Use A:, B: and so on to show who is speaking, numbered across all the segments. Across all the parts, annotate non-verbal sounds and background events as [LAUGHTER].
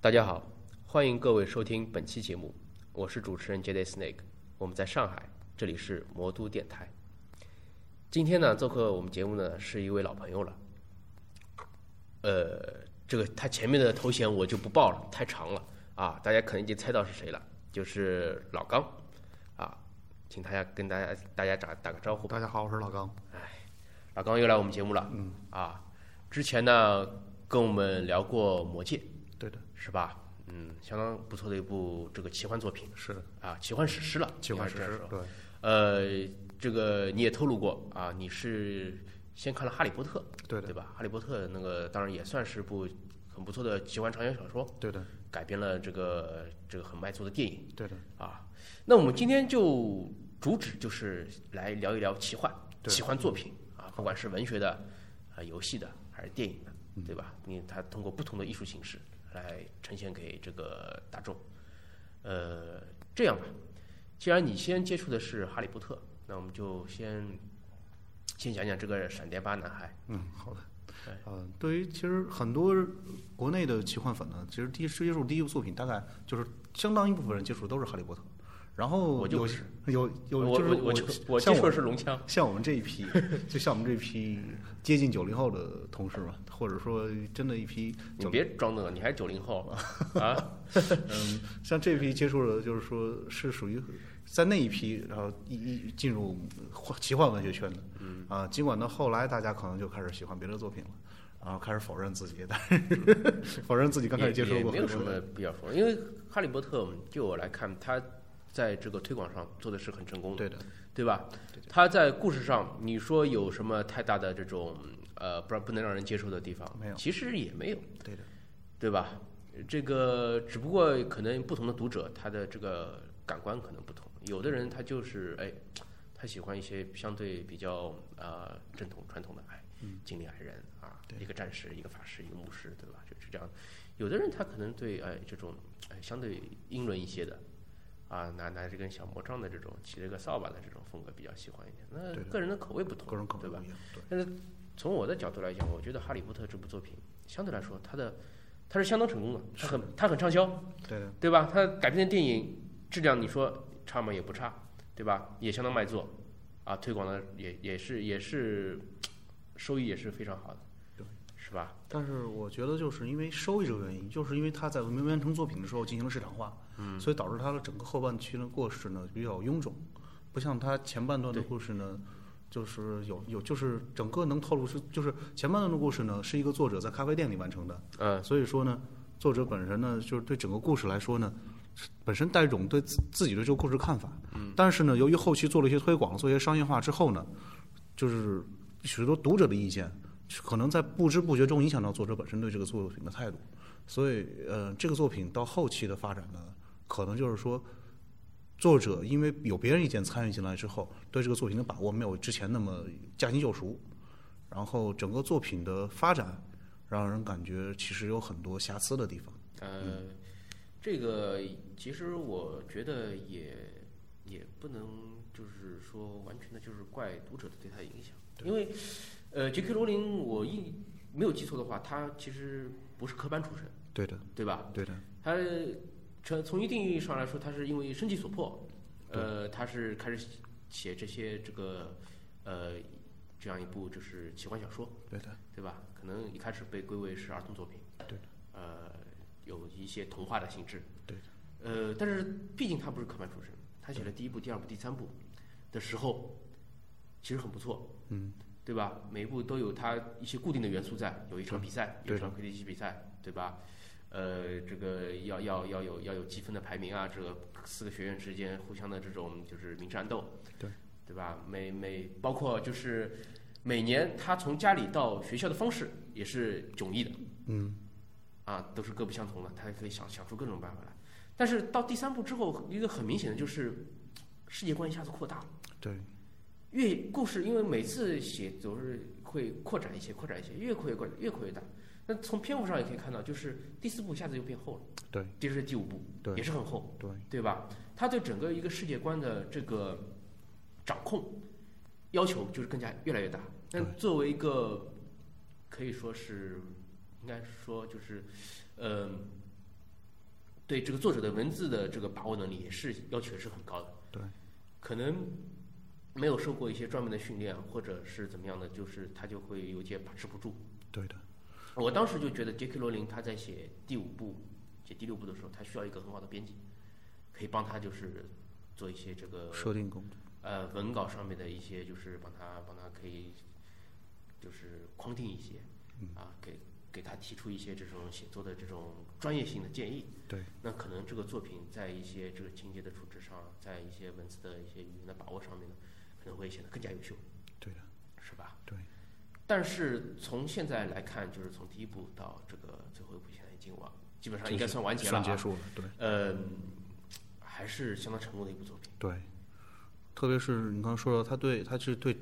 A: 大家好，欢迎各位收听本期节目，我是主持人 J.D. Snake，我们在上海，这里是魔都电台。今天呢，做客我们节目呢是一位老朋友了，呃，这个他前面的头衔我就不报了，太长了啊，大家可能已经猜到是谁了，就是老刚啊，请大家跟大家大家打打个招呼吧。
B: 大家好，我是老刚。
A: 老刚又来我们节目了，
B: 嗯，
A: 啊，之前呢跟我们聊过《魔戒》，
B: 对的，
A: 是吧？嗯，相当不错的一部这个奇幻作品
B: 是的，
A: 啊，奇幻史诗了，
B: 计划实
A: 应该是
B: 施
A: 这样说。
B: 对，
A: 呃，这个你也透露过啊，你是先看了《哈利波特》，
B: 对的，
A: 对吧？《哈利波特》那个当然也算是部很不错的奇幻长篇小说，
B: 对的，
A: 改编了这个这个很卖座的电影
B: 对的，
A: 啊。那我们今天就主旨就是来聊一聊奇幻
B: 对嗯
A: 奇幻作品啊，不管是文学的、啊游戏的还是电影的，
B: 嗯
A: 对吧？你它通过不同的艺术形式来呈现给这个大众。呃，这样吧，既然你先接触的是《哈利波特》，那我们就先先讲讲这个闪电八男孩。
B: 嗯，好的
A: 对。
B: 呃，对于其实很多国内的奇幻粉呢，其实第一接触第一部作品，大概就是相当一部分人接触都是《哈利波特》，然后
A: 我就
B: 有
A: 不是
B: 有有
A: 我
B: 就是
A: 我我就我接
B: 像
A: 触
B: 我
A: 的是龙枪，
B: 像我们这一批，就像我们这一批接近九零后的同事嘛，或者说真的一批
A: 你
B: 90
A: 别装的，你还是九零
B: [LAUGHS]
A: 后啊？
B: 嗯，像这批接触的，就是说是属于在那一批，然后一一进入奇幻文学圈的，嗯啊，尽管到后来大家可能就开始喜欢别的作品了，然后开始否认自己，但是 [LAUGHS] 否认自己刚开始接触
A: 嗯也也
B: 过
A: 没有什么必要说，因为《哈利波特》就我来看，它在这个推广上做的是很成功的，
B: 对的，
A: 对吧？它在故事上，你说有什么太大的这种呃，不然不能让人接受的地方？
B: 没有
A: 其实也没有，
B: 对的，
A: 对吧？这个只不过可能不同的读者，他的这个感官可能不同，有的人他就是哎，他喜欢一些相对比较呃正统传统的哎，精灵矮人啊，
B: 嗯对
A: 一个战士，一个法师，一个牧师，对吧？就是这样。有的人他可能对哎这种哎相对英伦一些的啊，拿拿这根小魔杖的这种，骑着个扫把的这种风格比较喜欢一点。那
B: 对的
A: 个人的口味不同，
B: 各种口味
A: 对吧
B: 不？一样，对，
A: 从我的角度来讲，我觉得《哈利波特》这部作品相对来说，它的它是相当成功的，它很它很畅销，
B: 对的，
A: 对吧？它改编的电影质量，你说差吗？也不差，对吧？也相当卖座，啊，推广的也也是也是收益也是非常好的，
B: 对，
A: 是吧？
B: 但是我觉得，就是因为收益这个原因，就是因为他在没完成作品的时候进行了市场化，嗯，所以导致他的整个后半期的故事呢比较臃肿，不像他前半段的
A: 对
B: 故事呢，就是有有就是整个能透露出，就是前半段的故事呢是一个作者在咖啡店里完成的，
A: 嗯，
B: 所以说呢，作者本身呢就是对整个故事来说呢。本身带一种对自自己对这个故事看法，嗯，但是呢，由于后期做了一些推广，做一些商业化之后呢，就是许多读者的意见，可能在不知不觉中影响到作者本身对这个作品的态度，所以呃，这个作品到后期的发展呢，可能就是说，作者因为有别人意见参与进来之后，对这个作品的把握没有之前那么驾轻就熟，然后整个作品的发展让人感觉其实有很多瑕疵的地方。
A: 呃，
B: 嗯
A: 这个其实我觉得也也不能就是说完全的就是怪读者对他的影响，因为呃，J.K. 罗琳我一没有记错的话，他其实不是科班出身，
B: 对的，
A: 对吧？
B: 对的，
A: 他从从一定意义上来说，他是因为生计所迫，呃，他是开始写这些这个呃这样一部就是奇幻小说，
B: 对的，
A: 对吧？可能一开始被归为是儿童作品，
B: 对
A: 呃，有一些童话的性质，
B: 对的
A: 呃，但是毕竟他不是科班出身，他写了第一部、第二部、第三部的时候，其实很不错，
B: 嗯，
A: 对吧？每一部都有它一些固定的元素在，有一场比赛，有
B: 对
A: 一场魁地奇比赛，对吧？呃，这个要要要有要有积分的排名啊，这个四个学院之间互相的这种就是明争暗斗，
B: 对
A: 对吧？每每包括就是每年他从家里到学校的方式也是迥异的，
B: 嗯，
A: 啊，都是各不相同的，他也可以想想出各种办法来。但是到第三部之后，一个很明显的就是世界观一下子扩大了。
B: 对，
A: 越故事，因为每次写总是会扩展一些，扩展一些，越扩越扩，越扩越大。那从篇幅上也可以看到，就是第四部一下子就变厚了，
B: 对，
A: 这是第五部，
B: 对
A: 也是很厚，
B: 对，
A: 对吧？他对整个一个世界观的这个掌控要求就是更加越来越大。但
B: 对
A: 作为一个可以说是应该说就是，嗯、对这个作者的文字的这个把握能力也是要求也是很高的。
B: 对，
A: 可能没有受过一些专门的训练，或者是怎么样的，就是他就会有些把持不住。
B: 对的，
A: 我当时就觉得 J.K. 罗琳他在写第五部、写第六部的时候，他需要一个很好的编辑，可以帮他就是做一些这个
B: 设定工作，
A: 呃文稿上面的一些，就是帮他帮他可以就是框定一些，
B: 嗯
A: 啊，给给他提出一些这种写作的这种专业性的建议。
B: 对，
A: 那可能这个作品在一些这个情节的处置上，在一些文字的一些语言的把握上面呢，可能会显得更加优秀，
B: 对的，
A: 是吧？
B: 对。
A: 但是从现在来看，就是从第一部到这个最后一部，现在已经完，基本上应该算完结了、
B: 算
A: 啊。
B: 结束了，对
A: 嗯，还是相当成功的一部作品。
B: 对。特别是你刚刚说到他对他是对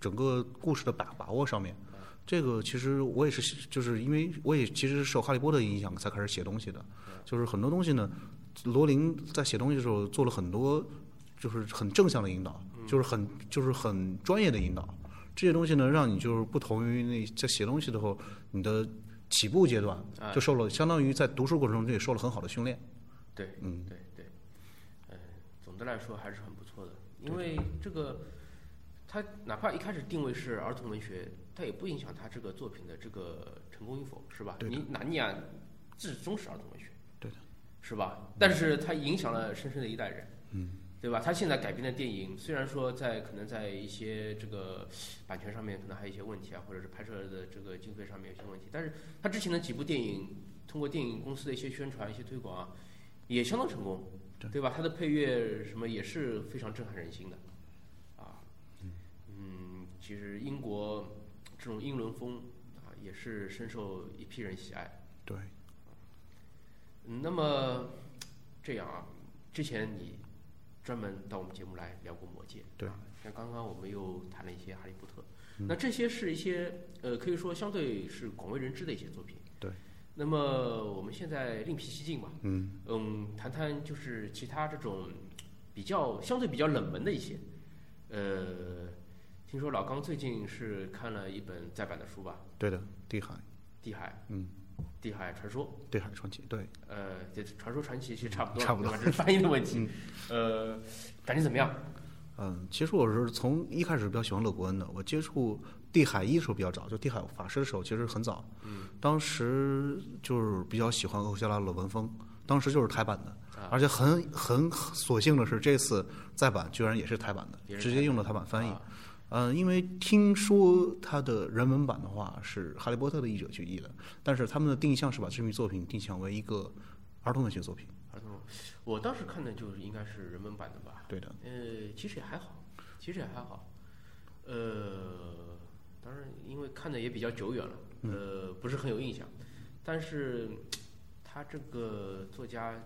B: 整个故事的把把握上面，
A: 嗯
B: 这个其实我也是就是因为我也其实是受《哈利波特》影响才开始写东西的，
A: 嗯
B: 就是很多东西呢，罗琳在写东西的时候做了很多就是很正向的引导，
A: 嗯
B: 就是很就是很专业的引导。这些东西呢，让你就是不同于那在写东西的时候，你的起步阶段
A: 哎
B: 就受了相当于在读书过程中就也受了很好的训练。
A: 对，
B: 嗯，
A: 对对，呃，总的来说还是很不错的，因为这个它哪怕一开始定位是儿童文学，它也不影响它这个作品的这个成功与否，是吧？
B: 对的
A: 你哪尼亚至终是儿童文学，
B: 对的，嗯
A: 是吧？但是它影响了深深的一代人，嗯，对吧？它现在改编的电影虽然说在可能在一些这个版权上面可能还有一些问题啊，或者是拍摄的这个经费上面有些问题，但是它之前的几部电影通过电影公司的一些宣传、一些推广啊，也相当成功，
B: 对
A: 对吧？它的配乐什么也是非常震撼人心的，啊，嗯，其实英国这种英伦风啊，也是深受一批人喜爱。
B: 对，
A: 嗯那么这样啊，之前你专门到我们节目来聊过《魔戒》，
B: 对嗯
A: 啊，那刚刚我们又谈了一些《哈利波特》那这些是一些呃，可以说相对是广为人知的一些作品。
B: 对。
A: 那么我们现在另辟蹊径吧，
B: 嗯，
A: 嗯，谈谈就是其他这种比较相对比较冷门的一些，呃，听说老刚最近是看了一本再版的书吧，
B: 对的，地海，
A: 《地海》，
B: 嗯，
A: 《地海传说》，
B: 地海传奇，对，
A: 呃，这传说传奇其实差不多了，
B: 差不
A: 对
B: 多
A: 吧这是翻译的问题。呃，感觉怎么样？
B: 嗯，其实我是从一开始比较喜欢乐国恩的，我接触地海一的时候比较早，就地海法师的时候其实很早，嗯，当时就是比较喜欢欧夏拉鲁文风，当时就是台版的，
A: 嗯啊
B: 而且很很所幸的是这次再版居然也是台版
A: 也
B: 的，
A: 是
B: 直接用了台版翻译
A: 啊。
B: 嗯，因为听说它的人文版的话是《哈利波特》的译者去译的，但是他们的定向是把这部作品定向为一个儿童文学作品。
A: 儿童，我当时看的就是应该是人文版的吧？
B: 对的，
A: 呃，其实也还好，其实也还好。呃，当然，因为看的也比较久远了，
B: 嗯
A: 呃，不是很有印象。但是他这个作家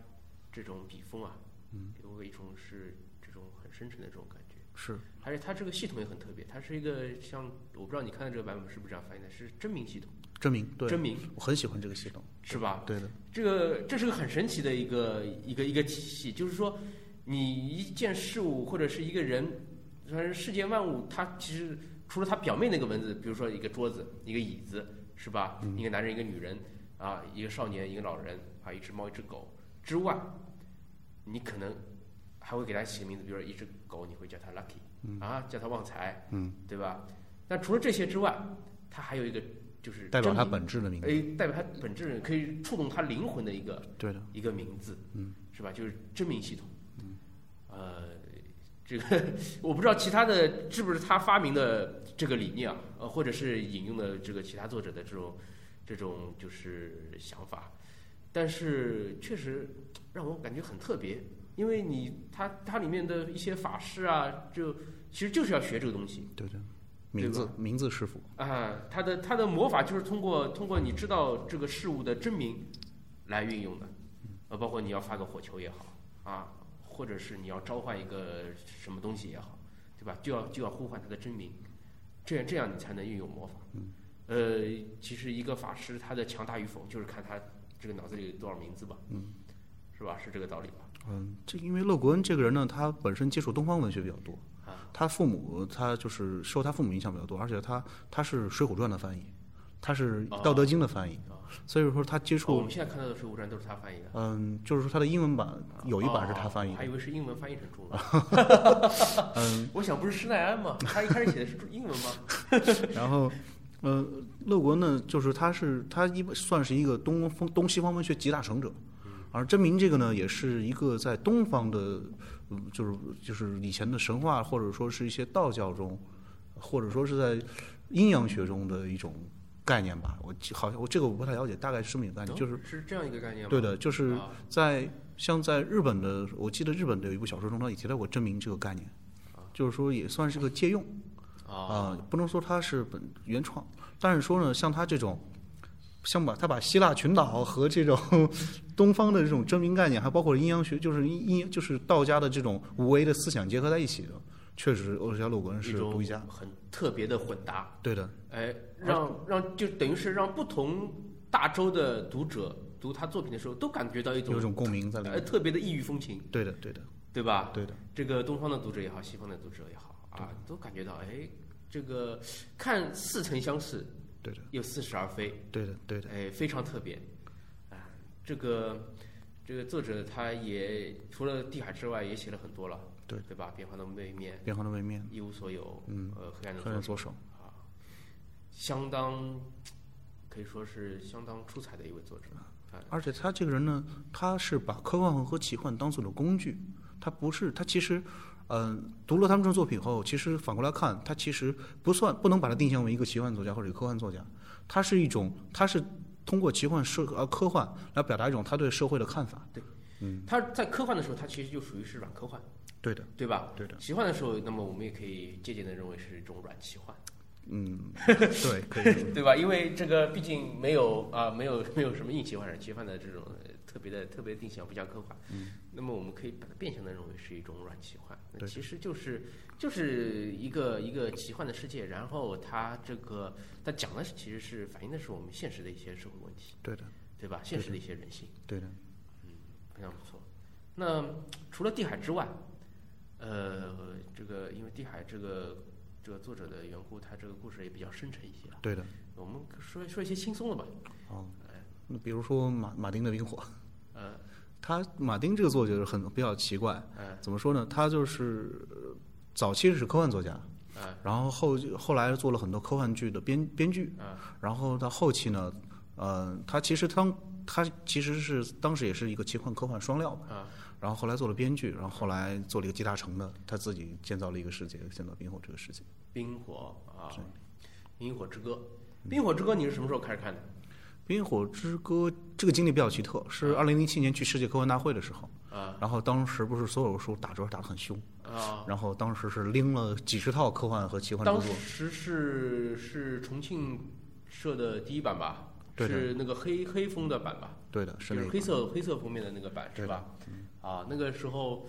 A: 这种笔锋啊，嗯，给我一种是这种很深沉的这种感觉。
B: 是
A: 而且它这个系统也很特别，它是一个像我不知道你看的这个版本是不是这样翻译的，是真名系统，
B: 真名，对，
A: 真名
B: 我很喜欢这个系统。
A: 是吧？
B: 对的，
A: 这个这是个很神奇的一个一个一个体系，就是说你一件事物或者是一个人，反正世界万物，它其实除了它表面那个文字，比如说一个桌子、一个椅子，是吧？
B: 嗯
A: 一个男人、一个女人，啊，一个少年、一个老人，啊，一只猫、一只狗之外，你可能还会给它起个名字，比如说一只狗，你会叫它 Lucky，、啊，叫它旺财，
B: 嗯，
A: 对吧？但除了这些之外，它还有一个就是
B: 代表
A: 真
B: 它
A: 名
B: 本质的名字。
A: 哎，代表它本质可以触动它灵魂的一个
B: 对的，
A: 一个名字，
B: 嗯，
A: 是吧？就是真名系统，嗯，呃，这个我不知道其他的是不是他发明的这个理念啊，呃，或者是引用的这个其他作者的这种这种就是想法，但是确实让我感觉很特别，因为你它它里面的一些法师啊，就其实就是要学这个东西，
B: 对的，
A: 对
B: 名字名字师傅，
A: 啊，他的他的魔法就是通过通过你知道这个事物的真名来运用的，呃，包括你要发个火球也好啊，或者是你要召唤一个什么东西也好，对吧？就要就要呼唤他的真名，这样这样你才能运用魔法。呃，其实一个法师他的强大与否，就是看他这个脑子里有多少名字吧。嗯，是吧？是这个道理吧？
B: 嗯，这因为乐国恩这个人呢，他本身接触东方文学比较多
A: 啊，
B: 他父母他就是受他父母影响比较多，而且他他是《水浒传》的翻译，他是
A: 哦
B: 《道德经》的翻译
A: 哦，
B: 所以说他接
A: 哦我
B: 触
A: 们，现在看到的《水浒传》都是他翻译的，
B: 嗯，就是说他的英文版有一版是他翻
A: 哦
B: 译
A: 我还
B: 的嗯
A: 以，为是英文翻译成
B: [LAUGHS]
A: 中文。嗯我想不是施耐庵吗？他一开始写的是中英文
B: [LAUGHS]
A: 吗？
B: 然后，呃，乐国呢，就是他是他一算是一个东风东西方文学集大成者，而真明这个呢，也是一个在东方的，嗯就是就是以前的神话或者说是一些道教中，或者说是在阴阳学中的一种概念吧。我记好像我这个我不太了解，大概是这么一个概念，就是
A: 哦是这样一个概念吗？
B: 对的，就是
A: 啊
B: 在像在日本的，我记得日本的有一部小说中，他也提到过真明这个概念，就是说也算是个借用。
A: 啊，
B: 啊、不能说它是本原创，但是说呢，像它这种，像把它把希腊群岛和这种东方的这种真名概念，还包括阴阳学，就是阴阴就是道家的这种无为的思想结合在一起的，确实欧洲加鲁国人
A: 一
B: 是
A: 种
B: 独一家。
A: 很特别的混搭。
B: 对的，
A: 哎，让让就等于是让不同大洲的读者读他作品的时候，都感觉到一
B: 有一
A: 种
B: 种共鸣在里
A: 哎
B: 面。
A: 特别的异域风情，
B: 对的，对的，
A: 对吧？
B: 对的，
A: 这个东方的读者也好，西方的读者也好啊，都感觉到哎，这个看似曾相识，
B: 对的，
A: 又似是而非，
B: 对的，对的，
A: 哎，非常特别啊。这个这个作者他也除了地海之外，也写了很多了，
B: 对
A: 对吧？变化的背面，
B: 变化的位面，
A: 一无所有，
B: 嗯，
A: 呃，黑暗的
B: 黑人左手。
A: 啊，相当可以说是相当出彩的一位作者啊。
B: 而且他这个人呢，他是把科幻和奇幻当做了工具，他不是他其实，嗯、读了他们这作品后，其实反过来看，他其实不算不能把它定性为一个奇幻作家或者一个科幻作家，他是一种他是通过奇幻社呃科幻来表达一种他对社会的看法。嗯
A: 他在科幻的时候，他其实就属于是软科幻，
B: 对的，
A: 对吧？
B: 对的，
A: 奇幻的时候，那么我们也可以借鉴的认为是一种软奇幻，
B: 嗯，对，可以这么 [LAUGHS] 说。
A: 对吧？因为这个毕竟没有啊、没有没有什么硬奇幻、软奇幻的这种呃特别的特别的定性，不像科幻。嗯。那么我们可以把它变相的认为是一种软奇幻，那
B: 对
A: 其实就是就是一个一个奇幻的世界，然后它这个它讲的是其实是反映的是我们现实的一些社会问题。
B: 对的，
A: 对吧？现实的一些人性
B: 对的。
A: 非常不错。那除了地海之外，呃，这个因为地海这个这个作者的缘故，他这个故事也比较深沉一些了。
B: 对的，
A: 我们说说一些轻松的吧。
B: 哦，那比如说马马丁的冰火，
A: 呃，
B: 他马丁这个作者很比较奇怪，
A: 嗯
B: 怎么说呢？他就是呃早期是科幻作家，
A: 嗯
B: 然后后后来做了很多科幻剧的编编剧，
A: 嗯
B: 然后到后期呢，呃，他其实当他其实是当时也是一个奇幻科幻双料吧，
A: 啊
B: 然后后来做了编剧，然后后来做了一个集大成的，他自己建造了一个世界，建造冰火这个世界。
A: 冰火啊，冰火之歌，冰火之歌，你是什么时候开始看的？
B: 冰火之歌这个经历比较奇特，是二零零七年去世界科幻大会的时候，
A: 啊
B: 然后当时不是所有书打折打得很凶，
A: 啊，
B: 然后当时是拎了几十套科幻和奇幻著
A: 当
B: 作，
A: 时是是重庆社的第一版吧？
B: 对的
A: 是那个黑黑风的版吧？
B: 对的，
A: 就
B: 是那
A: 是
B: 个
A: 黑色黑色封面的那个版是
B: 对的
A: 吧？啊，那个时候，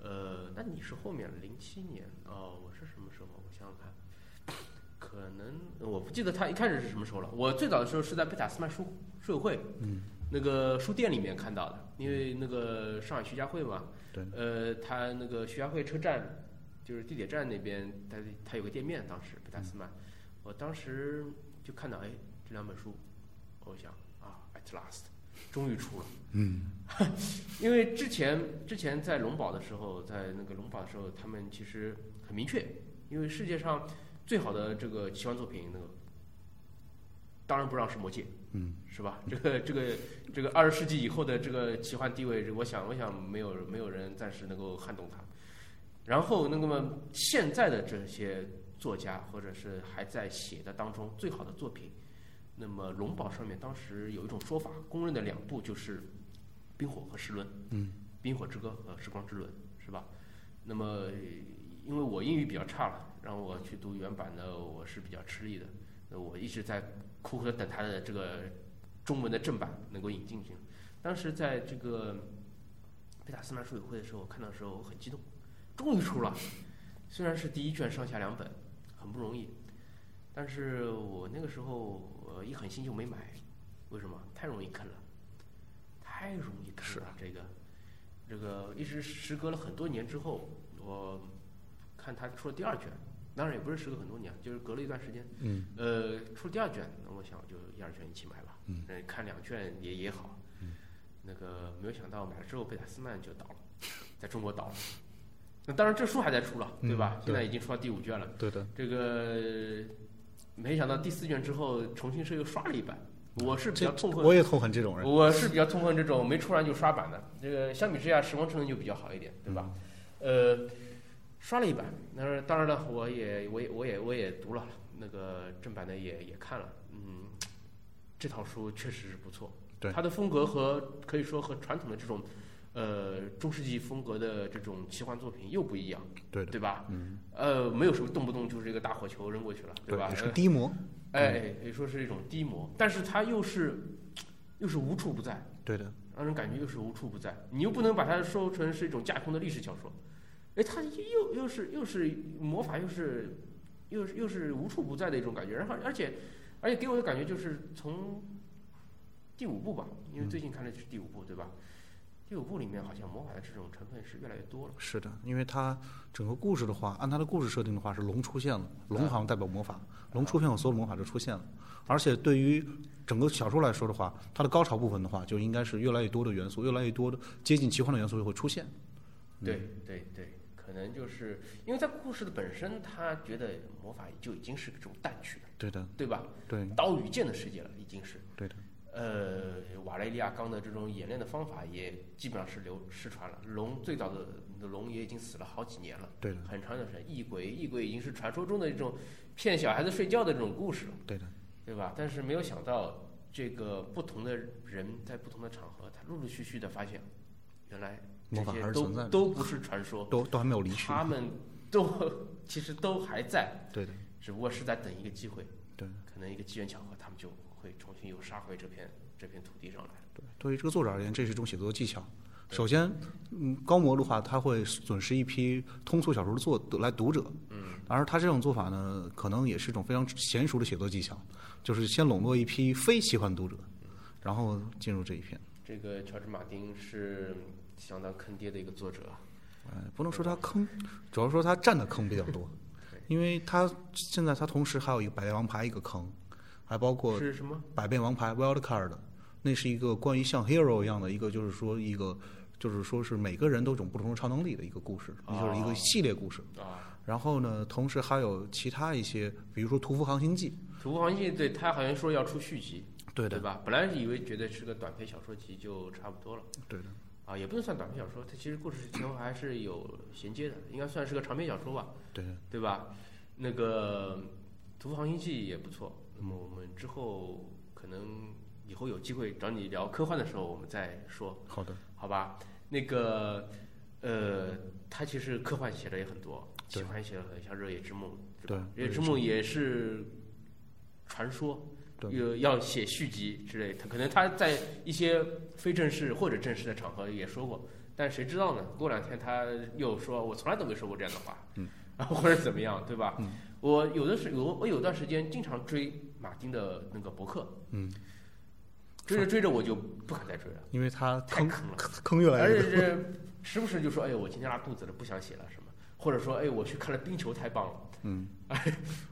A: 呃，那你是后面零七年哦，我是什么时候？我想想看，可能我不记得他一开始是什么时候了。我最早的时候是在贝塔斯曼书书友会，嗯，那个书店里面看到的，因为那个上海徐家汇嘛，
B: 对，
A: 呃，他那个徐家汇车站就是地铁站那边，他他有个店面，当时贝塔斯曼，我当时就看到哎这两本书，我想啊，at last，终于出了。嗯，因为之前之前在龙宝的时候，在那个龙宝的时候，他们其实很明确，因为世界上最好的这个奇幻作品，那个当然不让是《魔戒》，
B: 嗯，
A: 是吧？这个这个这个二十世纪以后的这个奇幻地位，我想我想没有没有人暂时能够撼动它。然后，那么现在的这些作家或者是还在写的当中最好的作品，那么龙宝上面当时有一种说法，公认的两部就是《冰火》和《石轮》。
B: 嗯，
A: 《冰火之歌》和《时光之轮》是吧？那么呃因为我英语比较差了，让我去读原版呢，我是比较吃力的。那我一直在苦苦的等它的这个中文的正版能够引进去。当时在这个贝塔斯曼书友会的时候，我看到的时候我很激动，终于出了。虽然是第一卷上下两本，很不容易，但是我那个时候呃一狠心就没买，为什么？太容易坑了，太容易坑
B: 啊
A: 了。这个这个一直时隔了很多年之后，我看他出了第二卷，当然也不是时隔很多年，就是隔了一段时间。
B: 嗯，
A: 呃，出第二卷，那我想就一二卷一起买吧。嗯，看两卷也也好。
B: 嗯
A: 那个没有想到买了之后，贝塔斯曼就倒了，在中国倒了。那当然，这书还在出了，对吧？
B: 嗯对
A: 现在已经出到第五卷了。
B: 对的，
A: 这个没想到第四卷之后重新是又刷了一版，我是比较痛哦恨
B: 我也痛恨这种人。
A: 我是比较痛恨这种没出完就刷版的。这个相比之啊下，时光车轮就比较好一点，对吧？
B: 嗯
A: 呃，刷了一版，那当然了，我也我也我也我也读了，那个正版的也也看了，嗯，这套书确实是不错。
B: 对
A: 它的风格和可以说和传统的这种呃中世纪风格的这种奇幻作品又不一样，
B: 对的，
A: 对吧？
B: 嗯，
A: 呃，没有什么动不动就是一个大火球扔过去了，
B: 对嗯
A: 吧？
B: 也是
A: 呃
B: 低模，
A: 哎，可以说是一种低模，但是它又是又是无处不在。
B: 对的，
A: 让人感觉又是无处不在。你又不能把它说成是一种架空的历史小说，哎，它又又是又是魔法，又是又是又是无处不在的一种感觉。然后，而且而且给我的感觉就是从第五部吧，因为
B: 嗯
A: 最近看的是第五部，对吧？第五部里面好像魔法的这种成分是越来越多了。
B: 是的，因为它整个故事的话，按它的故事设定的话，是龙出现了，龙好像代表魔
A: 啊
B: 法，龙出现了，所有魔法就出现了。而且对于整个小说来说的话，它的高潮部分的话，就应该是越来越多的元素，越来越多的接近奇幻的元素就会出现。
A: 对
B: 嗯
A: 对对，可能就是因为在故事的本身，他觉得魔法就已经是这种淡去了，
B: 对的，
A: 对吧？
B: 对，
A: 刀与剑的世界了，已经是。
B: 嗯对的，
A: 呃，瓦雷利亚钢的这种演练的方法也基本上是流失传了。龙最早的龙也已经死了好几年了，
B: 对的，
A: 很长一段时间。异鬼，异鬼已经是传说中的一种骗小孩子睡觉的这种故事了，
B: 对的，
A: 对吧？但是没有想到，这个不同的人在不同的场合，他陆陆续续的发现，原来这
B: 魔法还
A: 些
B: 是
A: 都
B: 存在的
A: 都不是传说，
B: 都都还没有离去。
A: 他们都其实都还在，
B: 对的，
A: 只不过是在等一个机会，
B: 对的。
A: 可能一个机缘巧合，他们就会重新又杀回这片这片土地上来。
B: 对，对于这个作者而言，这是一种写作技巧。
A: 对
B: 首先，嗯，高模的话，他会损失一批通俗小说的作来读者。嗯，而他这种做法呢，可能也是一种非常娴熟的写作技巧，就是先笼络一批非奇幻读者，然后进入这一篇。
A: 这个乔治·马丁是相当坑爹的一个作者啊，
B: 哎，不能说他坑，主要说他占的坑比较多
A: 对，
B: 因为他现在他同时还有一个《百变王牌》一个坑，还包括
A: 是什么？
B: 百变王牌 Wild Card，那是一个关于像 Hero 一样的一个，就是说一个，就是说是每个人都有种不同的超能力的一个故事，
A: 哦
B: 就是一个系列故事。
A: 啊，
B: 然后呢，同时还有其他一些，比如说《屠夫航行记
A: 《土黄记》对他好像说要出续集，》，
B: 对的，
A: 吧？本来以为觉得是个短篇小说集就差不多了
B: 对的，
A: 啊，也不能算短篇小说，它其实故事前后还是有衔接的，应该算是个长篇小说吧，
B: 对的，
A: 对吧？那个《屠夫航行记》也不错，那么我们之后可能以后有机会找你聊科幻的时候，我们再说。
B: 好的，
A: 好吧？那个，呃，他其实科幻写的也很多，
B: 对
A: 喜欢写的很像《热夜之梦》，
B: 对，
A: 《热夜之梦》也是传说，
B: 对
A: 有要写续集之类的。他可能他在一些非正式或者正式的场合也说过，但谁知道呢？过两天他又说：“我从来都没说过这样的话。”
B: 嗯，
A: 啊， [LAUGHS] 或者怎么样，对吧？
B: 嗯，
A: 我有的是有我有段时间经常追马丁的那个博客，
B: 嗯，
A: 追着追着我就不敢再追了，
B: 因为他 [LAUGHS]
A: 太
B: 坑
A: 坑了。
B: 坑坑越来
A: 而
B: 越
A: 且
B: 多，
A: 是时不时就说：“哎，我今天拉肚子了，不想写了什么。”或者说：“哎，我去看了冰球，太棒了。哎
B: 嗯，”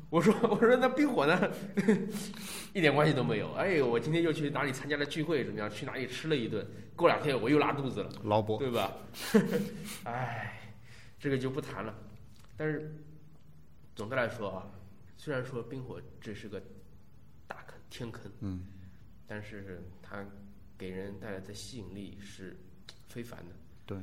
A: 我说：“我说那冰火呢？ [LAUGHS] 一点关系都没有。”哎，我今天又去哪里参加了聚会，怎么样？去哪里吃了一顿？过两天我又拉肚子了，
B: [LAUGHS] 劳勃，
A: 对 [LAUGHS] 吧？哎，这个就不谈了。但是总的来说啊，虽然说冰火这是个大坑天坑，
B: 嗯，
A: 但是它给人带来的吸引力是非凡的。
B: 对，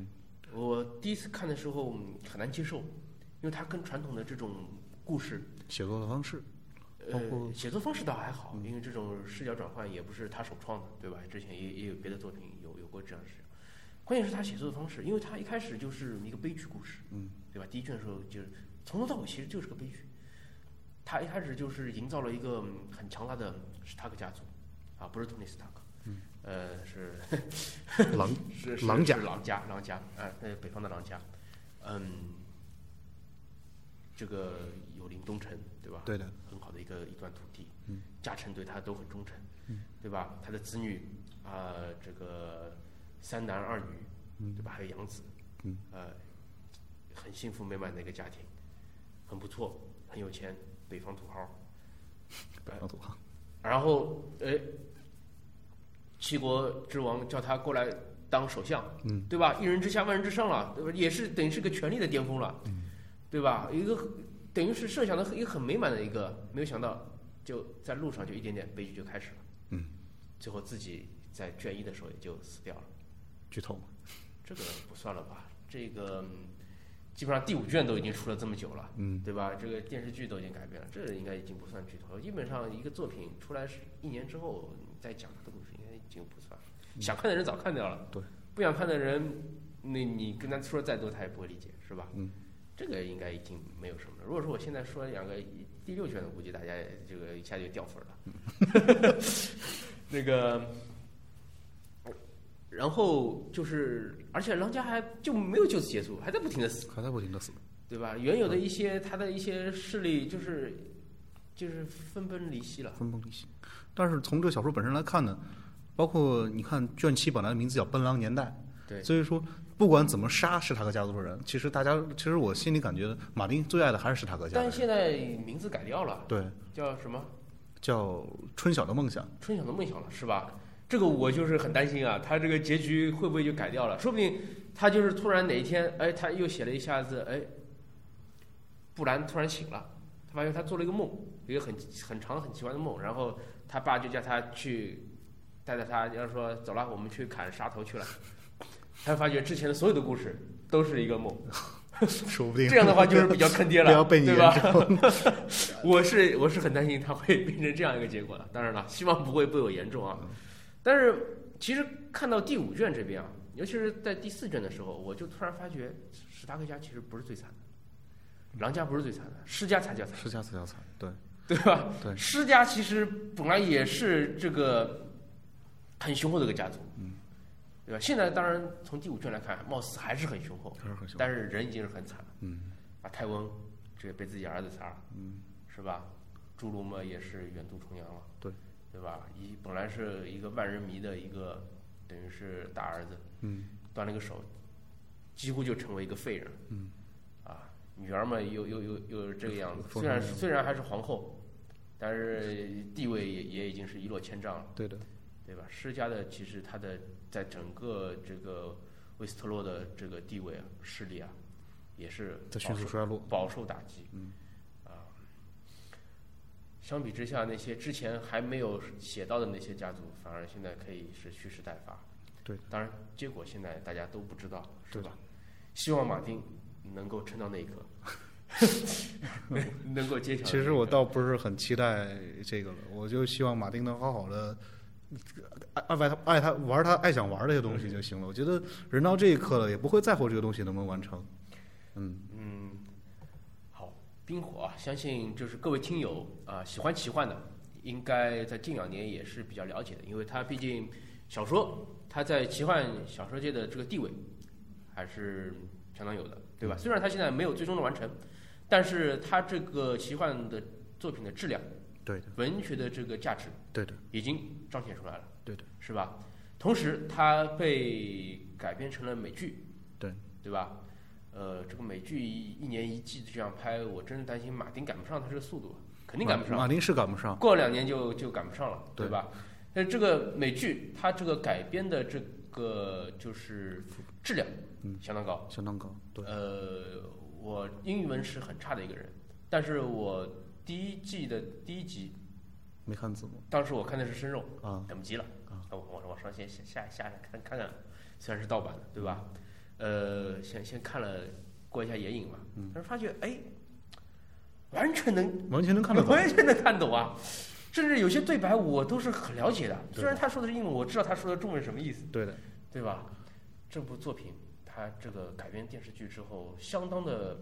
A: 我第一次看的时候嗯很难接受，因为它跟传统的这种故事，
B: 写作的方式，包括嗯
A: 呃，写作方式倒还好，因为这种视角转换也不是他首创的，对吧？之前也也有别的作品有有过这样的事情。关键是他写作的方式，因为他一开始就是一个悲剧故事，
B: 嗯，
A: 对吧？第一卷的时候就是从头到尾其实就是个悲剧。他一开始就是营造了一个嗯很强大的史塔克家族，啊，不是托尼斯塔克，嗯，呃，是
B: 狼，
A: [LAUGHS] 是是
B: 狼家
A: 是狼家，狼家，啊，那北方的狼家，嗯，这个有林东城，对吧？
B: 对的，
A: 很好的一个一段土地，家臣对他都很忠诚，对吧？他的子女啊、这个三男二女，对吧？还有养子，呃，很幸福美满的一个家庭，很不错，很有钱，北方土豪。
B: 北方土豪，
A: 然后，哎，七国之王叫他过来当首相，
B: 嗯，
A: 对吧？一人之下，万人之上了，对吧？也是等于是个权力的巅峰了，对吧？一个等于是设想的一个很美满的一个，没有想到就在路上就一点点悲剧就开始了，
B: 嗯，
A: 最后自己在卷一的时候也就死掉了。
B: 剧透嘛，
A: 这个不算了吧？这个嗯基本上第五卷都已经出了这么久了，
B: 嗯，
A: 对吧？这个电视剧都已经改编了，这应该已经不算剧透了。基本上一个作品出来是一年之后，你再讲它的故事，应该已经不算。想看的人早看掉了，
B: 嗯对，
A: 不想看的人，那你跟他说再多，他也不会理解，是吧？
B: 嗯，
A: 这个应该已经没有什么了。如果说我现在说两个第六卷的，估计大家也这个一下就掉粉了。
B: 嗯
A: [LAUGHS] 那个。然后就是，而且狼家还就没有就此结束，还在不停的死，
B: 还在不停的死，
A: 对吧？原
B: 嗯
A: 有的一些他的一些势力就是就是分崩离析了。
B: 分崩离析。但是从这个小说本身来看呢，包括你看卷七本来名字叫《奔狼年代》，
A: 对
B: 所以说不管怎么杀史塔克家族的人，其实大家其实我心里感觉马丁最爱的还是史塔克家的
A: 但
B: 人，
A: 现在名字改掉了，
B: 对，
A: 叫什么
B: 叫春晓的梦想。
A: “春晓的梦想”了，是吧？这个我就是很担心啊，他这个结局会不会就改掉了？说不定他就是突然哪一天，哎，他又写了一下子，哎，布兰突然醒了，他发现他做了一个梦，一个很很长很奇怪的梦，然后他爸就叫他去带着他，要说走了，我们去砍杀头去了。他发觉之前的所有的故事都是一个梦，
B: 说不定
A: 这样的话 [LAUGHS] 就是比较坑爹了，
B: 不要被你
A: 对吧
B: 研？
A: 我是我是很担心他会变成这样一个结果的，当然了，希望不会被我严重啊。但是其实看到第五卷这边啊，尤其是在第四卷的时候，我就突然发觉史达克家其实不是最惨的，狼家不是最惨的，施家才叫惨， [LAUGHS]
B: 是下次要惨，对，
A: 对吧？
B: 对
A: 施家其实本来也是这个很雄厚的一个家族，嗯，对吧？现在当然从第五卷来看，貌似还是很雄厚，
B: 还是很凶。
A: 但是人已经是很惨了。
B: 嗯，
A: 啊，泰翁这个被自己儿子杀了，嗯，是吧？朱鲁嘛也是远渡重洋了，
B: 对，
A: 对吧？一本来是一个万人迷的一个，等于是大儿子，
B: 嗯，
A: 断了个手，几乎就成为一个废人，嗯，啊，女儿嘛又又又又是这个样子，
B: 疯
A: 虽然
B: 疯
A: 虽然还是皇后，但是地位也也已经是一落千丈了。
B: 对的，
A: 对吧？施加的其实他的在整个这个威斯特洛的这个地位啊、势力啊，也是
B: 在
A: 饱
B: 迅速
A: 受
B: 衰落。
A: 饱受打击。嗯，啊，相比之下，那些之前还没有写到的那些家族，反而现在可以是蓄势待发。
B: 对，
A: 当然结果现在大家都不知道，是
B: 对的
A: 吧？希望马丁能够撑到那一
B: [LAUGHS]
A: 刻，能够接下。
B: 其实我倒不是很期待这个了，我就希望马丁能好好的呃爱爱他爱他玩他爱想玩这些东西就行了。我觉得人到这一刻了，也不会在乎这个东西能不能完成。嗯，
A: 嗯，好，冰火啊，相信就是各位听友啊、喜欢奇幻的，应该在近两年也是比较了解的，因为它毕竟小说，它在奇幻小说界的这个地位还是相当有的，对吧？虽然它现在没有最终的完成，但是它这个奇幻的作品的质量、
B: 对的，
A: 文学的这个价值
B: 对的，
A: 已经彰显出来了，
B: 对的，
A: 是吧？同时，它被改编成了美剧，
B: 对，
A: 对吧？呃，这个美剧一年一季这样拍，我真是担心马丁赶不上他这个速度，肯定赶不
B: 马马
A: 上，
B: 丁是赶不上。
A: 过两年就就赶不上了，
B: 对
A: 对吧？但是这个美剧它这个改编的这个就是质量
B: 嗯
A: 相当高，
B: 相当高，对，
A: 呃，我英文是很差的一个人，但是我第一季的第一集，
B: 没看字幕
A: 当时我看的是生肉，
B: 啊，
A: 等不及了
B: 啊！
A: 我我我上先下下下来看看看，虽然是盗版的，对吧？呃，先先看了过一下眼瘾嘛，
B: 嗯
A: 但是发觉哎，完全能
B: 完全能看得 [LAUGHS]
A: [LAUGHS]
B: 懂。
A: 完全能看懂啊！甚至有些对白我都是很了解的，
B: 对的
A: 虽然他说的是英文，我知道他说的中文是什么意思，
B: 对的，
A: 对吧？这部作品它这个改编电视剧之后，相当的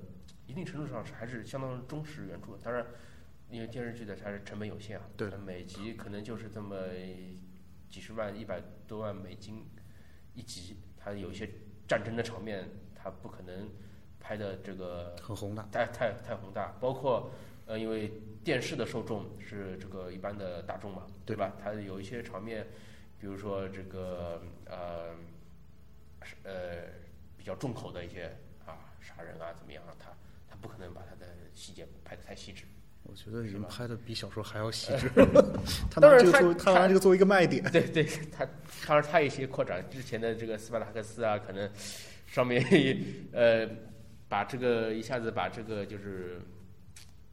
A: 一定程度上是还是相当忠实原著的。当然，因为电视剧的它是成本有限啊，
B: 对
A: 它每集可能就是这么几十万、一百多万美金一集，它有一些战争的场面，它不可能拍的这个
B: 很宏大。
A: 太太太宏大，包括呃，因为电视的受众是这个一般的大众嘛，对吧？它有一些场面，比如说这个呃是呃比较重口的一些啊杀人啊怎么样啊，它它不可能把它的细节拍得太细致。
B: 我觉得你
A: 是
B: 们
A: 吧
B: 拍的比小说还要细 [LAUGHS] 致。
C: 他
A: 当
C: 拿
A: 然
C: 这个
A: 他
C: 作为他
A: 他
C: 拿这个作为一个卖
B: [LAUGHS]
C: 点，
A: 对对，他当然他也些扩展之前的这个斯巴达克斯啊，可能上面呃把这个一下子把这个就是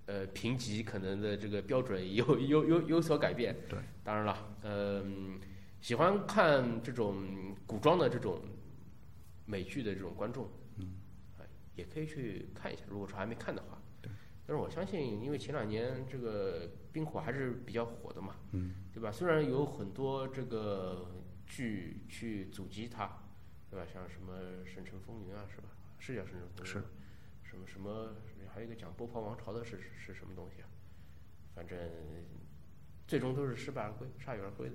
A: 呃评级可能的这个标准有有有有所改变。
B: 对，
A: 当然了，嗯、喜欢看这种古装的这种美剧的这种观众，嗯，也可以去看一下，如果说还没看的话。但是我相信，因为前两年这个冰火还是比较火的嘛，对吧？虽然有很多这个剧去阻击它，对吧？像什么《神城风云》啊，是吧？是叫《神城风云》
B: 是
A: 吗。什么什么？还有一个讲波旁王朝的是是是什么东西啊？反正最终都是失败而归，铩羽而归的。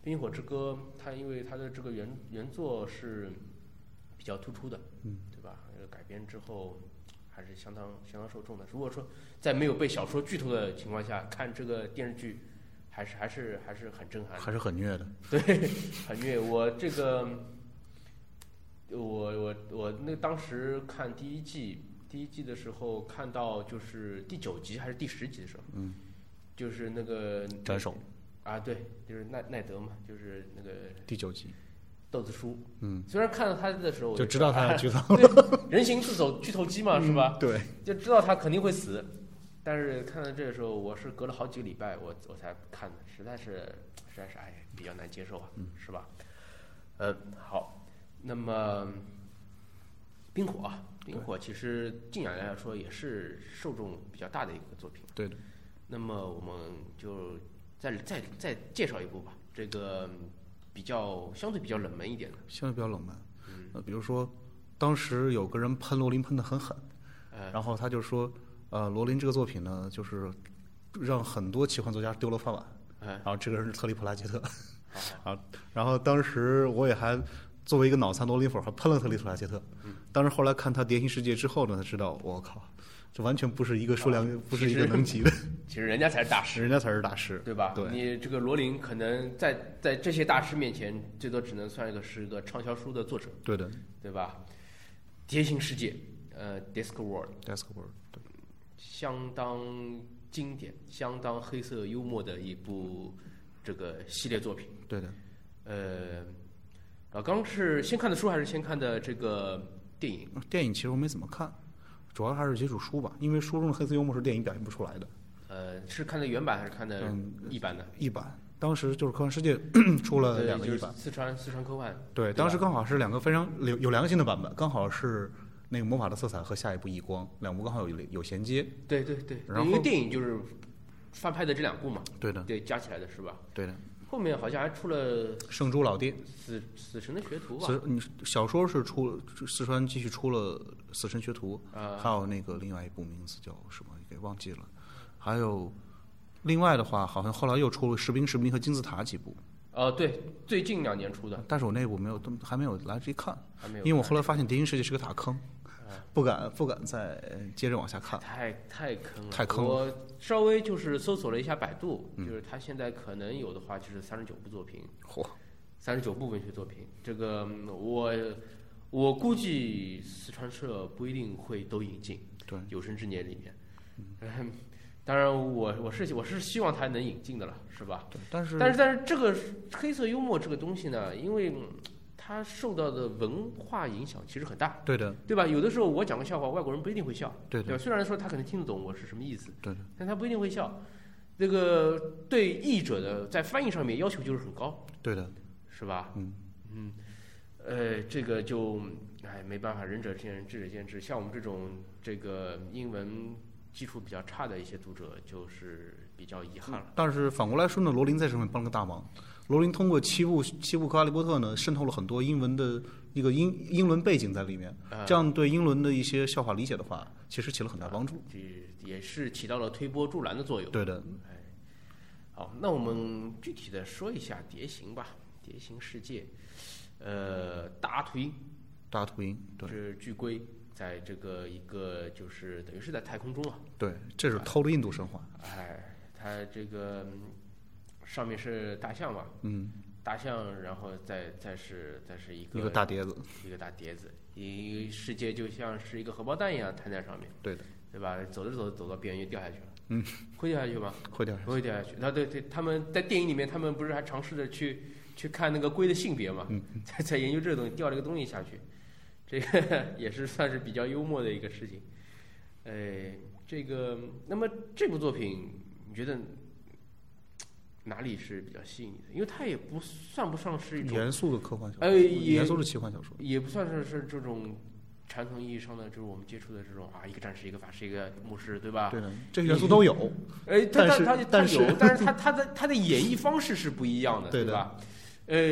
A: 冰与火之歌》它因为它的这个原原作是比较突出的，嗯，对吧？这个改编之后还是相当相当受众的。如果说在没有被小说剧透的情况下看这个电视剧，还是还是还是很震撼的。
B: 还是很虐的。
A: 对，很虐。我这个，我我我那当时看第一季，第一季的时候看到就是第九集还是第十集的时候，嗯，就是那个
B: 斩首
A: 啊，对，就是奈奈德嘛，就是那个
B: 第九集，
A: 豆子叔，
B: 嗯，
A: 虽然看到他的时候我
B: 就嗯知道他要
A: 啊。
B: [LAUGHS] 剧透
A: 对人形自走剧透机嘛，是
B: [LAUGHS]
A: 吧？
C: 对，
A: 就知道他肯定会死，但是看到这个时候，我是隔了好几个礼拜，我我才看的，实在是实在是哎比较难接受啊，是吧？嗯，好，那么冰火啊，冰火其实近两年来说也是受众比较大的一个作品。
B: 对的，
A: 那么我们就再再再介绍一部吧，这个比较相对比较冷门一点的，
B: 相对比较冷门
A: 嗯。
B: 呃，比如说，当时有个人喷罗琳喷的很狠，
A: 呃，
B: 然后他就说，呃，罗琳这个作品呢，就是让很多奇幻作家丢了饭碗。
A: 哎，
B: 然后这个人是特里普拉杰特，
A: 好好
B: 啊，然后当时我也还作为一个脑残罗林粉儿，还喷了特里普拉杰特。
A: 嗯
B: 但是后来看他《碟形世界》之后呢，才知道，我靠，这完全不是一个数量，不是一个
A: [LAUGHS]
B: 能级的，
A: 啊其实人家才是大师。
B: 人家才是大师，
A: 对吧？
B: 对
A: 你这个罗琳可能在在这些大师面前，最多只能算一个是一个畅销书的作者，
B: 对的
A: 对吧？碟形世界，呃，Disc World，
B: ，Desk World，对，
A: 相当经典、相当黑色幽默的一部这个系列作品。
B: 对的，
A: 呃，老刚是先看的书还是先看的这个电影
B: 电影其实我没怎么看，主要还是接触书吧，因为书中的黑色幽默是电影表现不出来的。
A: 呃，是看的原版还是看的
B: 嗯
A: 译版的？
B: 一版，当时就是科幻世界 [CLEARS THROAT] 出了
A: 对
B: 两，个
A: 就
B: 一
A: 是
B: 版，
A: 四川四川科幻。
B: 对，
A: 吧
B: 当时刚好是两个非常有有良心的版本，刚好是那个魔法的色彩和下一部异光两部刚好有有衔接。
A: 对对对，
B: 然后
A: 因为电影就是翻拍的这两部嘛，
B: 对的，
A: 对，加起来的是吧？
B: 对的，
A: 后面好像还出了
B: 圣珠老爹，
A: 死死神的学徒吧？
B: 死你小说是出了四川继续出了《死神学徒》
A: 啊
B: 还有那个另外一部名字叫什么给忘记了，还有另外的话，好像后来又出了《士兵士兵》和《金字塔》几部，
A: 哦，对，最近两年出的，
B: 但是我那部没有都还没有来得及看，
A: 还没有看。嗯
B: 因为我后来发现《谍影世界》是个大坑，不敢不敢再接着往下看。
A: 太太坑了，
B: 太坑了嗯
A: 我稍微就是搜索了一下百度，就是他现在可能有的话就是三十九部作品，
B: 嚯，
A: 三十九部文学作品。这个嗯我我估计四川社不一定会都引进，
B: 对，
A: 有生之年里面。嗯， [LAUGHS] 当然我我是我是希望他能引进的了，是吧？
B: 对但是
A: 但是但是这个黑色幽默这个东西呢，因为嗯它受到的文化影响其实很大，
B: 对的
A: 对吧？有的时候我讲个笑话，外国人不一定会笑，
B: 对
A: 对吧？
B: 的
A: 虽然说他可能听得懂我是什么意思，
B: 对的
A: 但他不一定会笑。这个对译者的在翻译上面要求就是很高，
B: 对的，
A: 是吧？
B: 嗯
A: 嗯，呃，这个就哎没办法，仁者见仁，智者见智。像我们这种这个英文基础比较差的一些读者，就是比较遗憾了。
B: 但是反过来说呢，罗琳在这上面帮了个大忙。罗琳通过七部七部《哈利波特》呢，渗透了很多英文的一个英英伦背景在里面，
A: 啊
B: 这样对英伦的一些笑话理解的话，其实起了很大帮助。
A: 这也是起到了推波助澜的作用。
B: 对的，
A: 好，那我们具体的说一下碟形吧，碟形世界，呃，大秃鹰
B: 大秃鹰，对
A: 是巨龟，在这个一个就是等于是在太空中啊，
B: 对，这是偷了印度神话。
A: 哎，它这个嗯上面是大象嘛，
B: 嗯，
A: 大象，然后再再是再是一个
B: 一个大碟子，
A: 一个大碟子，一个世界就像是一个荷包蛋一样摊在上面。
B: 对的，
A: 对吧？走着走着走到边缘就掉下去了，嗯，会掉下去吗？
B: 会掉下
A: 不会掉下去。那对对，他们在电影里面，他们不是还尝试着去去看那个龟的性别嘛，
B: 嗯
A: 在在研究这个东西，掉了个东西下去，这个 [LAUGHS] 也是算是比较幽默的一个事情。呃，这个那么这部作品，你觉得哪里是比较吸引你的？因为它也不算不上是一
B: 来。
A: 种，
B: 严肃的科幻小说，
A: 呃，也
B: 严肃的奇幻小说，
A: 也不算是是这种传统意义上的，就是我们接触的这种啊，一个战士，一个法师，一个牧师，对吧？
B: 对的，这些元素都有。
A: 哎，他
B: 但是 [LAUGHS]
A: 他他他
B: 但是
A: 有，但是他他的他的演绎方式是不一样的，
B: 对的
A: 吧？呃，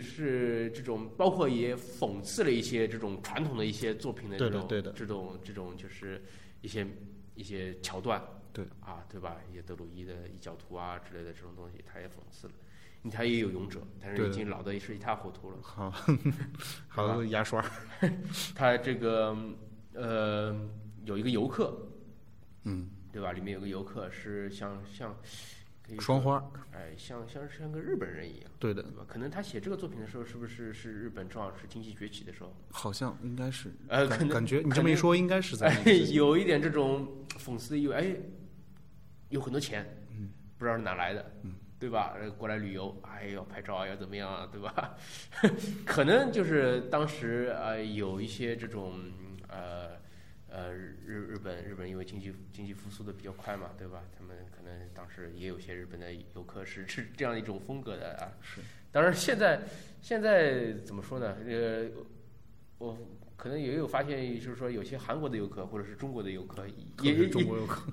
A: 是这种，包括也讽刺了一些这种传统的一些作品的这
B: 对的
A: 种
B: 对的
A: 这种这种就是一些一些桥段，
B: 对
A: 啊，对吧？一些德鲁伊的异教徒啊之类的这种东西，他也讽刺了。你他也有勇者，但是
B: 对
A: 已
B: 的
A: 经老的是一塌糊涂了。 [LAUGHS]
B: 好，好牙刷，
A: 他这个呃有一个游客，
B: 嗯，
A: 对吧？里面有个游客是像像可以
B: 双花，
A: 哎，像像像个日本人一样，
B: 对的
A: 对，吧？可能他写这个作品的时候，是不是是日本正好是经济崛起的时候？
B: 好像应该是，
A: 呃，可
B: 感
A: 能
B: 感觉你
A: 可
B: 这么一
A: 能
B: 说，应该是在
A: [LAUGHS]
B: 那
A: 哎
B: 个时期，
A: 有一点这种讽刺意味，哎，有很多钱，不知道是哪来的，对吧？呃过来旅游，哎，要拍照啊，要怎么样啊，对吧？ [LAUGHS] 可能就是当时呃有一些这种呃呃日日日本日本因为经济经济复苏的比较快嘛，对吧？他们可能当时也有些日本的游客是是这样一种风格的啊。
B: 是，
A: 当然现在现在怎么说呢？呃，我可能也有发现，就是说有些韩国的游客或者是中国的游客
B: 可
A: 也
B: 能是
A: 也
B: 中国游客，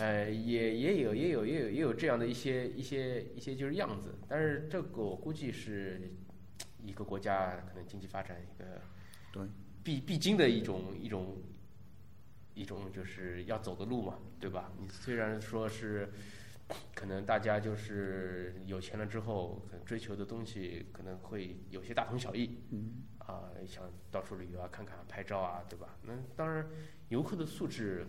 A: 呃，也也有也有也有也有这样的一些一些一些就是样子，但是这个我估计是一个国家可能经济发展一个
B: 对
A: 必必经的一种一种一种就是要走的路嘛，对吧？你虽然说是可能大家就是有钱了之后，可能追求的东西可能会有些大同小异，
B: 嗯，
A: 啊、想到处旅游啊，看看拍照啊，对吧？那当然，游客的素质，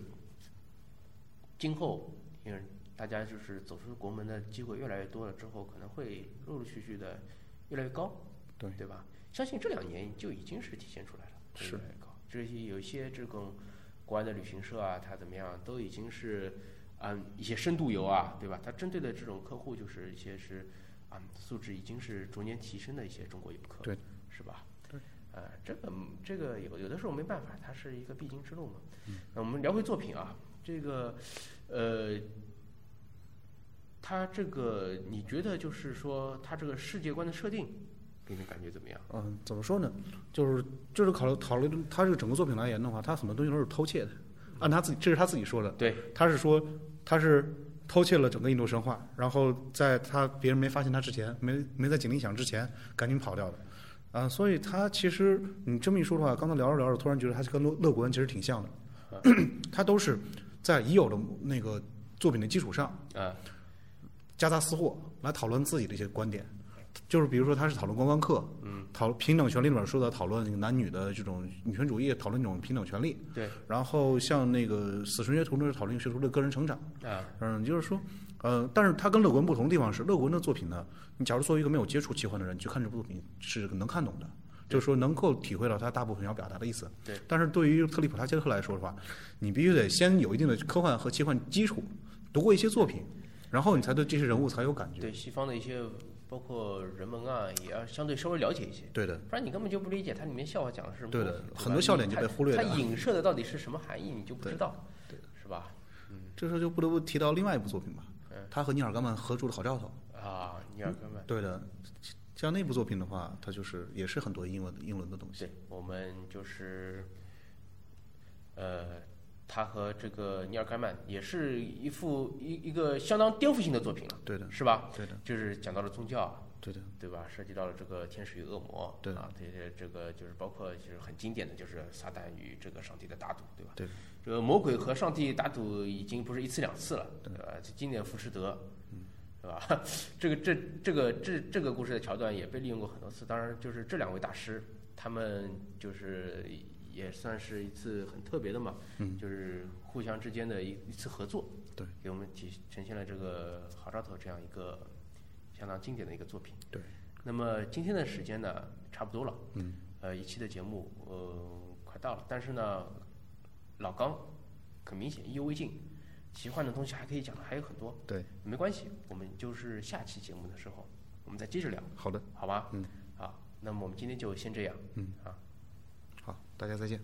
A: 今后因为大家就是走出国门的机会越来越多了之后，可能会陆陆续续的越来越高，
B: 对
A: 对吧？相信这两年就已经是体现出来了，
B: 是
A: 越来越高。这些有一些这种国外的旅行社啊，它怎么样都已经是。嗯，一些深度游啊，对吧？它针对的这种客户就是一些是，嗯，素质已经是逐年提升的一些中国游客，
B: 对，
A: 是吧？
B: 对，
A: 呃，这个嗯这个有有的时候没办法，它是一个必经之路嘛。那我们聊回作品啊，这个，呃，它这个你觉得就是说它这个世界观的设定给你感觉怎么样？
B: 嗯，怎么说呢？就是就是考虑考虑他这个整个作品来言的话，他很多东西都是偷窃的。按他自己，这是他自己说的。
A: 对，
B: 他是说他是偷窃了整个印度神话，然后在他别人没发现他之前，没没在警铃响之前，赶紧跑掉的。啊、所以他其实你这么一说的话，刚才聊着聊着，突然觉得他跟乐乐国人其实挺像的。 [CLEARS THROAT] 他都是在已有的那个作品的基础上，
A: 啊、
B: 夹杂私货来讨论自己的一些观点，就是比如说他是讨论观光客，嗯，讨论平等权利里面说的讨论那个男女的这种女权主义，讨论这种平等权利，
A: 对，
B: 然后像那个死神学徒呢是讨论学徒的个人成长，
A: 啊、
B: 嗯，就是说，呃，但是他跟乐文不同的地方是，乐文的作品呢，你假如作为一个没有接触奇幻的人去看这部作品是能看懂的，就是说能够体会到他大部分要表达的意思。
A: 对。
B: 但是对于特里普拉切特来说的话，你必须得先有一定的科幻和奇幻基础，读过一些作品，然后你才对这些人物才有感觉。
A: 对西方的一些包括人文啊，也要相对稍微了解一些。
B: 对的，
A: 不然你根本就不理解它里面笑话讲的是什么东
B: 对
A: 西。
B: 的
A: 吧
B: 很多笑点
A: 你
B: 就被忽略
A: 它
B: 掉
A: 它
B: 了
A: 影射的到底是什么含义，你就不知道，对是吧？
B: 这时候就不得不提到另外一部作品吧，
A: 嗯
B: 他和尼尔·伽曼合著的《好兆头》。
A: 啊，尼尔哥们，
B: 对的，像那部作品的话，它就是也是很多英文英文的东西。
A: 对，我们就是，呃，他和这个尼尔·盖曼也是一副一一个相当颠覆性的作品了，
B: 对的，
A: 是吧？
B: 对的，
A: 就是讲到了宗教，啊
B: 对的，
A: 对吧？涉及到了这个天使与恶魔，
B: 对的
A: 啊，这些这个就是包括就是很经典的就是撒旦与这个上帝的打赌，对吧？
B: 对的，
A: 这个魔鬼和上帝打赌已经不是一次两次了，对吧？这经典浮士德，
B: 嗯
A: 对吧？ [LAUGHS] 这个这这个这这个故事的桥段也被利用过很多次。当然，就是这两位大师，他们就是也算是一次很特别的嘛，就是互相之间的一一次合作，
B: 嗯对，
A: 给我们体呈现了这个《好兆头》这样一个相当经典的一个作品。
B: 对，
A: 那么今天的时间呢，差不多了，嗯，呃，一期的节目呃快到了，但是呢，老刚很明显，意犹未尽。奇幻的东西还可以讲的还有很多，
B: 对，
A: 没关系，我们就是下期节目的时候，我们再接着聊，
B: 好的，
A: 好吧？嗯，好，那么我们今天就先这样，嗯，啊，
B: 好，大家再见。